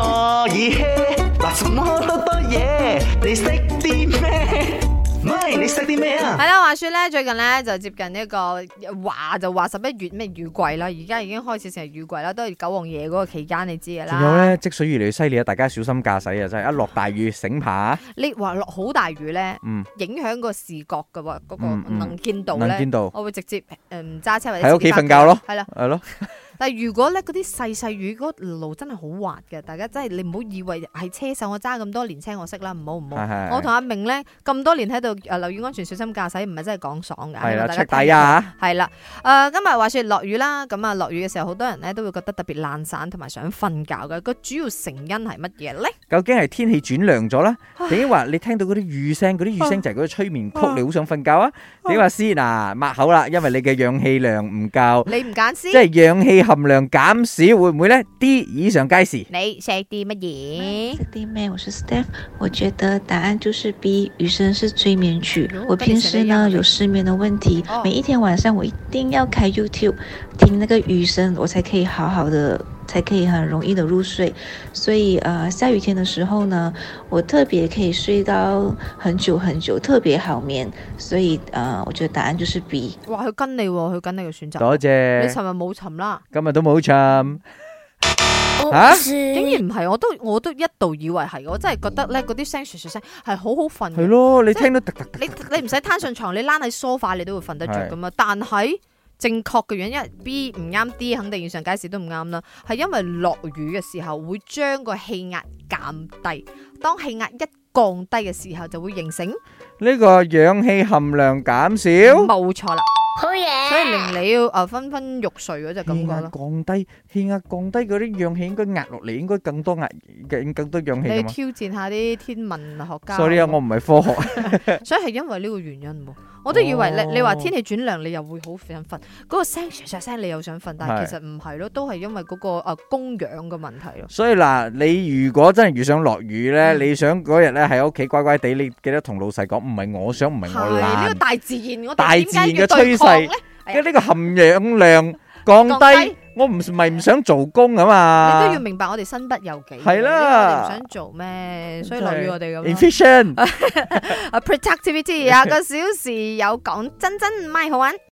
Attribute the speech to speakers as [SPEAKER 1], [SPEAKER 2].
[SPEAKER 1] 我已 hea，嗱什麼多多嘢，你識啲咩？咪你識啲咩 啊？
[SPEAKER 2] 係啦，話說咧，最近咧就接近呢、個話就話十一月咩雨季啦，而家已經開始成日雨季啦，都係九皇爺嗰個期間，你知㗎
[SPEAKER 3] 仲有
[SPEAKER 2] 啦。
[SPEAKER 3] 咧，積水越嚟越犀利啊！大家小心駕駛啊！真係一落大雨醒下，
[SPEAKER 2] 你話落好大雨咧，
[SPEAKER 3] 嗯，
[SPEAKER 2] 影響個視覺嘅喎，嗰、個
[SPEAKER 3] 嗯嗯
[SPEAKER 2] 能見度
[SPEAKER 3] 能
[SPEAKER 2] 咧，
[SPEAKER 3] 見度
[SPEAKER 2] 我會直接誒唔揸車或者
[SPEAKER 3] 喺
[SPEAKER 2] 自
[SPEAKER 3] 屋
[SPEAKER 2] 己
[SPEAKER 3] 企
[SPEAKER 2] 揸
[SPEAKER 3] 瞓覺咯
[SPEAKER 2] 車。係啦，
[SPEAKER 3] 係咯，
[SPEAKER 2] 但係如果咧嗰啲細細雨嗰路真係好滑嘅，大家真係你唔好以為係車手，我揸咁多年車我識啦，唔好唔好。
[SPEAKER 3] 係係
[SPEAKER 2] 我同阿明咧咁多年喺度誒留意安全、小心駕駛，唔係真係講爽㗎。
[SPEAKER 3] 係啦
[SPEAKER 2] 希望家
[SPEAKER 3] ，check 底啊嚇，
[SPEAKER 2] 係啦，誒、今日話說落雨啦，咁啊落雨嘅時候，好多人咧都會覺得特別懶散同埋想瞓覺嘅，個主要成因係乜嘢咧？
[SPEAKER 3] 究竟係天氣轉涼咗啦？定抑或你聽到嗰啲雨聲，嗰啲雨聲就係嗰啲催眠曲，你好想瞓覺啊？定抑或先嗱抹口啦，因為你嘅氧氣量唔夠，
[SPEAKER 2] 你唔揀
[SPEAKER 3] 即
[SPEAKER 2] 先，
[SPEAKER 3] 係氧氣含量減少，會唔會呢？啲以上皆是。
[SPEAKER 2] 你食啲乜嘢？
[SPEAKER 4] 是弟妹，我是 Steph。我觉得答案就是 B，雨声是催眠曲
[SPEAKER 2] 哟。
[SPEAKER 4] 我
[SPEAKER 2] 跟你
[SPEAKER 4] 平
[SPEAKER 2] 写的
[SPEAKER 4] 时
[SPEAKER 2] 一样
[SPEAKER 4] 呢
[SPEAKER 2] 嘞
[SPEAKER 4] 有失眠的问题
[SPEAKER 2] 哦，
[SPEAKER 4] 每一天晚上我一定要开 YouTube 听那个雨声，我才可以好好的，才可以很容易的入睡。所以呃，下雨天的时候呢，我特别可以睡到很久很久，特别好眠。所以呃，我觉得答案就是 B。
[SPEAKER 2] 哇，佢跟你喎，佢跟你嘅選擇。
[SPEAKER 3] 多
[SPEAKER 2] 你
[SPEAKER 3] 謝，
[SPEAKER 2] 尋日冇尋啦，
[SPEAKER 3] 今日都冇沉。
[SPEAKER 5] 我
[SPEAKER 3] 啊
[SPEAKER 5] 不是，
[SPEAKER 2] 竟然唔係，我都我都一度以為係，我真係覺得咧嗰啲聲唰唰聲係好好瞓
[SPEAKER 3] 係
[SPEAKER 2] 嘅。
[SPEAKER 3] 咯，你聽到突突突
[SPEAKER 2] 你你唔使攤上床，你躝喺 sofa 你都會瞓得着噶嘛。但係正確嘅原因，因為 B 唔啱，D 肯定以上解釋都唔啱啦。係因為落雨嘅時候會將個氣壓減低，當氣壓一降低嘅時候就會形成
[SPEAKER 3] 呢個氧氣含量減少。
[SPEAKER 2] 冇錯啦，
[SPEAKER 5] 好嘢，
[SPEAKER 2] 所以令你要誒昏昏欲睡嗰只感
[SPEAKER 3] 氣
[SPEAKER 2] 覺
[SPEAKER 3] 壓
[SPEAKER 2] 咯。
[SPEAKER 3] 降低，氣壓降低嗰啲氧氣應該壓落嚟，應該更多壓更更多氧氣
[SPEAKER 2] 你
[SPEAKER 3] 噶嘛。
[SPEAKER 2] 挑戰下啲天文學家。
[SPEAKER 3] Sorry 啊，我唔係科學，
[SPEAKER 2] 所以係因為呢個原因喎。我都以為
[SPEAKER 3] 哦
[SPEAKER 2] 你你話天氣轉涼，你又會好想瞓，嗰、個聲唰唰聲你又想瞓，但係
[SPEAKER 3] 係
[SPEAKER 2] 其實唔係咯，都係因為嗰、個呃供氧嘅問題咯。
[SPEAKER 3] 所以嗱，你如果真係遇上落雨咧，
[SPEAKER 2] 嗯
[SPEAKER 3] 你想嗰日咧喺屋企乖乖地，你記得同老細講，唔係我想，唔係
[SPEAKER 2] 係
[SPEAKER 3] 我
[SPEAKER 2] 呢個
[SPEAKER 3] 懶，
[SPEAKER 2] 大自然，我
[SPEAKER 3] 大
[SPEAKER 2] 哋
[SPEAKER 3] 自然
[SPEAKER 2] 點解
[SPEAKER 3] 嘅
[SPEAKER 2] 要對
[SPEAKER 3] 趨
[SPEAKER 2] 抗
[SPEAKER 3] 勢
[SPEAKER 2] 咧？哎呀
[SPEAKER 3] 跟呢個含氧量降
[SPEAKER 2] 降
[SPEAKER 3] 低
[SPEAKER 2] 低，
[SPEAKER 3] 我唔係唔想做工啊嘛。
[SPEAKER 2] 你都要明白我哋身不由己嘅，
[SPEAKER 3] 係啦
[SPEAKER 2] 呢個我哋唔想做咩，所以落雨我哋咁咯
[SPEAKER 3] efficient。
[SPEAKER 2] 啊，productivity 啊，個小時有講真真唔係好玩。